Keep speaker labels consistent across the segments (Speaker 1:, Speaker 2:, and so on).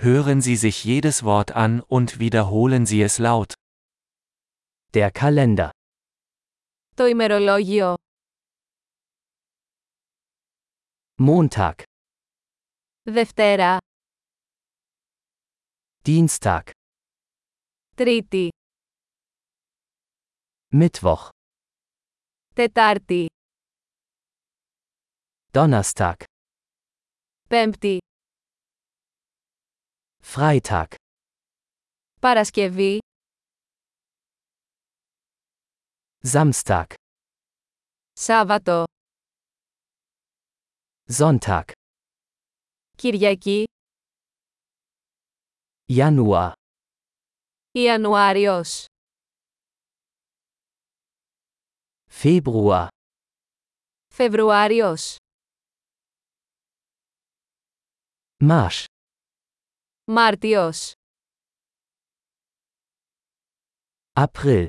Speaker 1: hören Sie sich jedes Wort an und wiederholen Sie es laut.
Speaker 2: Der Kalender.
Speaker 3: Το ημερολόγιο.
Speaker 2: Montag,
Speaker 3: Δευτέρα.
Speaker 2: Dienstag,
Speaker 3: Τρίτη.
Speaker 2: Mittwoch,
Speaker 3: Τετάρτη.
Speaker 2: Donnerstag,
Speaker 3: Πέμπτη.
Speaker 2: Freitag,
Speaker 3: Παρασκευή.
Speaker 2: Samstag,
Speaker 3: Σάββατο.
Speaker 2: Sonntag,
Speaker 3: Κυριακή.
Speaker 2: Januar,
Speaker 3: Ιανουάριος.
Speaker 2: Februar,
Speaker 3: Φεβρουάριος.
Speaker 2: März,
Speaker 3: Μάρτιος.
Speaker 2: April,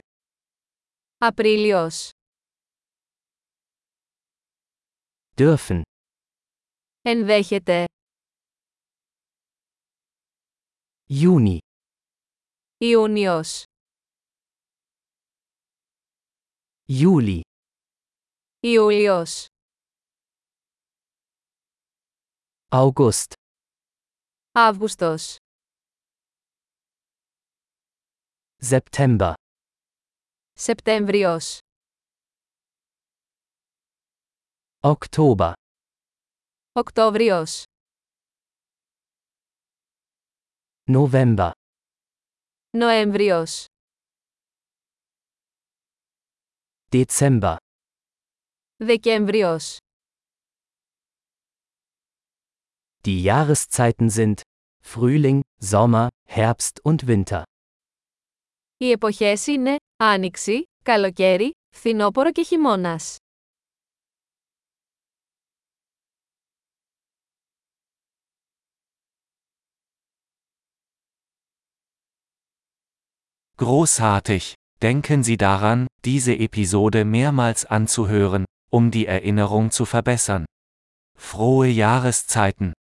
Speaker 3: Απρίλιος.
Speaker 2: dürfen,
Speaker 3: Ενδέχεται.
Speaker 2: Juni,
Speaker 3: Ιούνιος.
Speaker 2: Juli,
Speaker 3: Ιούλιος.
Speaker 2: August,
Speaker 3: Αύγουστος.
Speaker 2: September,
Speaker 3: Σεπτέμβριος.
Speaker 2: Oktober,
Speaker 3: Οκτώβριος.
Speaker 2: November,
Speaker 3: Νοέμβριος.
Speaker 2: Dezember,
Speaker 3: Δεκέμβριος.
Speaker 2: Die Jahreszeiten sind Frühling, Sommer, Herbst und Winter.
Speaker 3: Οι εποχές είναι Άνοιξη, Καλοκαίρι, Φθινόπορο και Χειμώνας.
Speaker 1: Großartig! Denken Sie daran, diese Episode mehrmals anzuhören, um die Erinnerung zu verbessern. Frohe Jahreszeiten!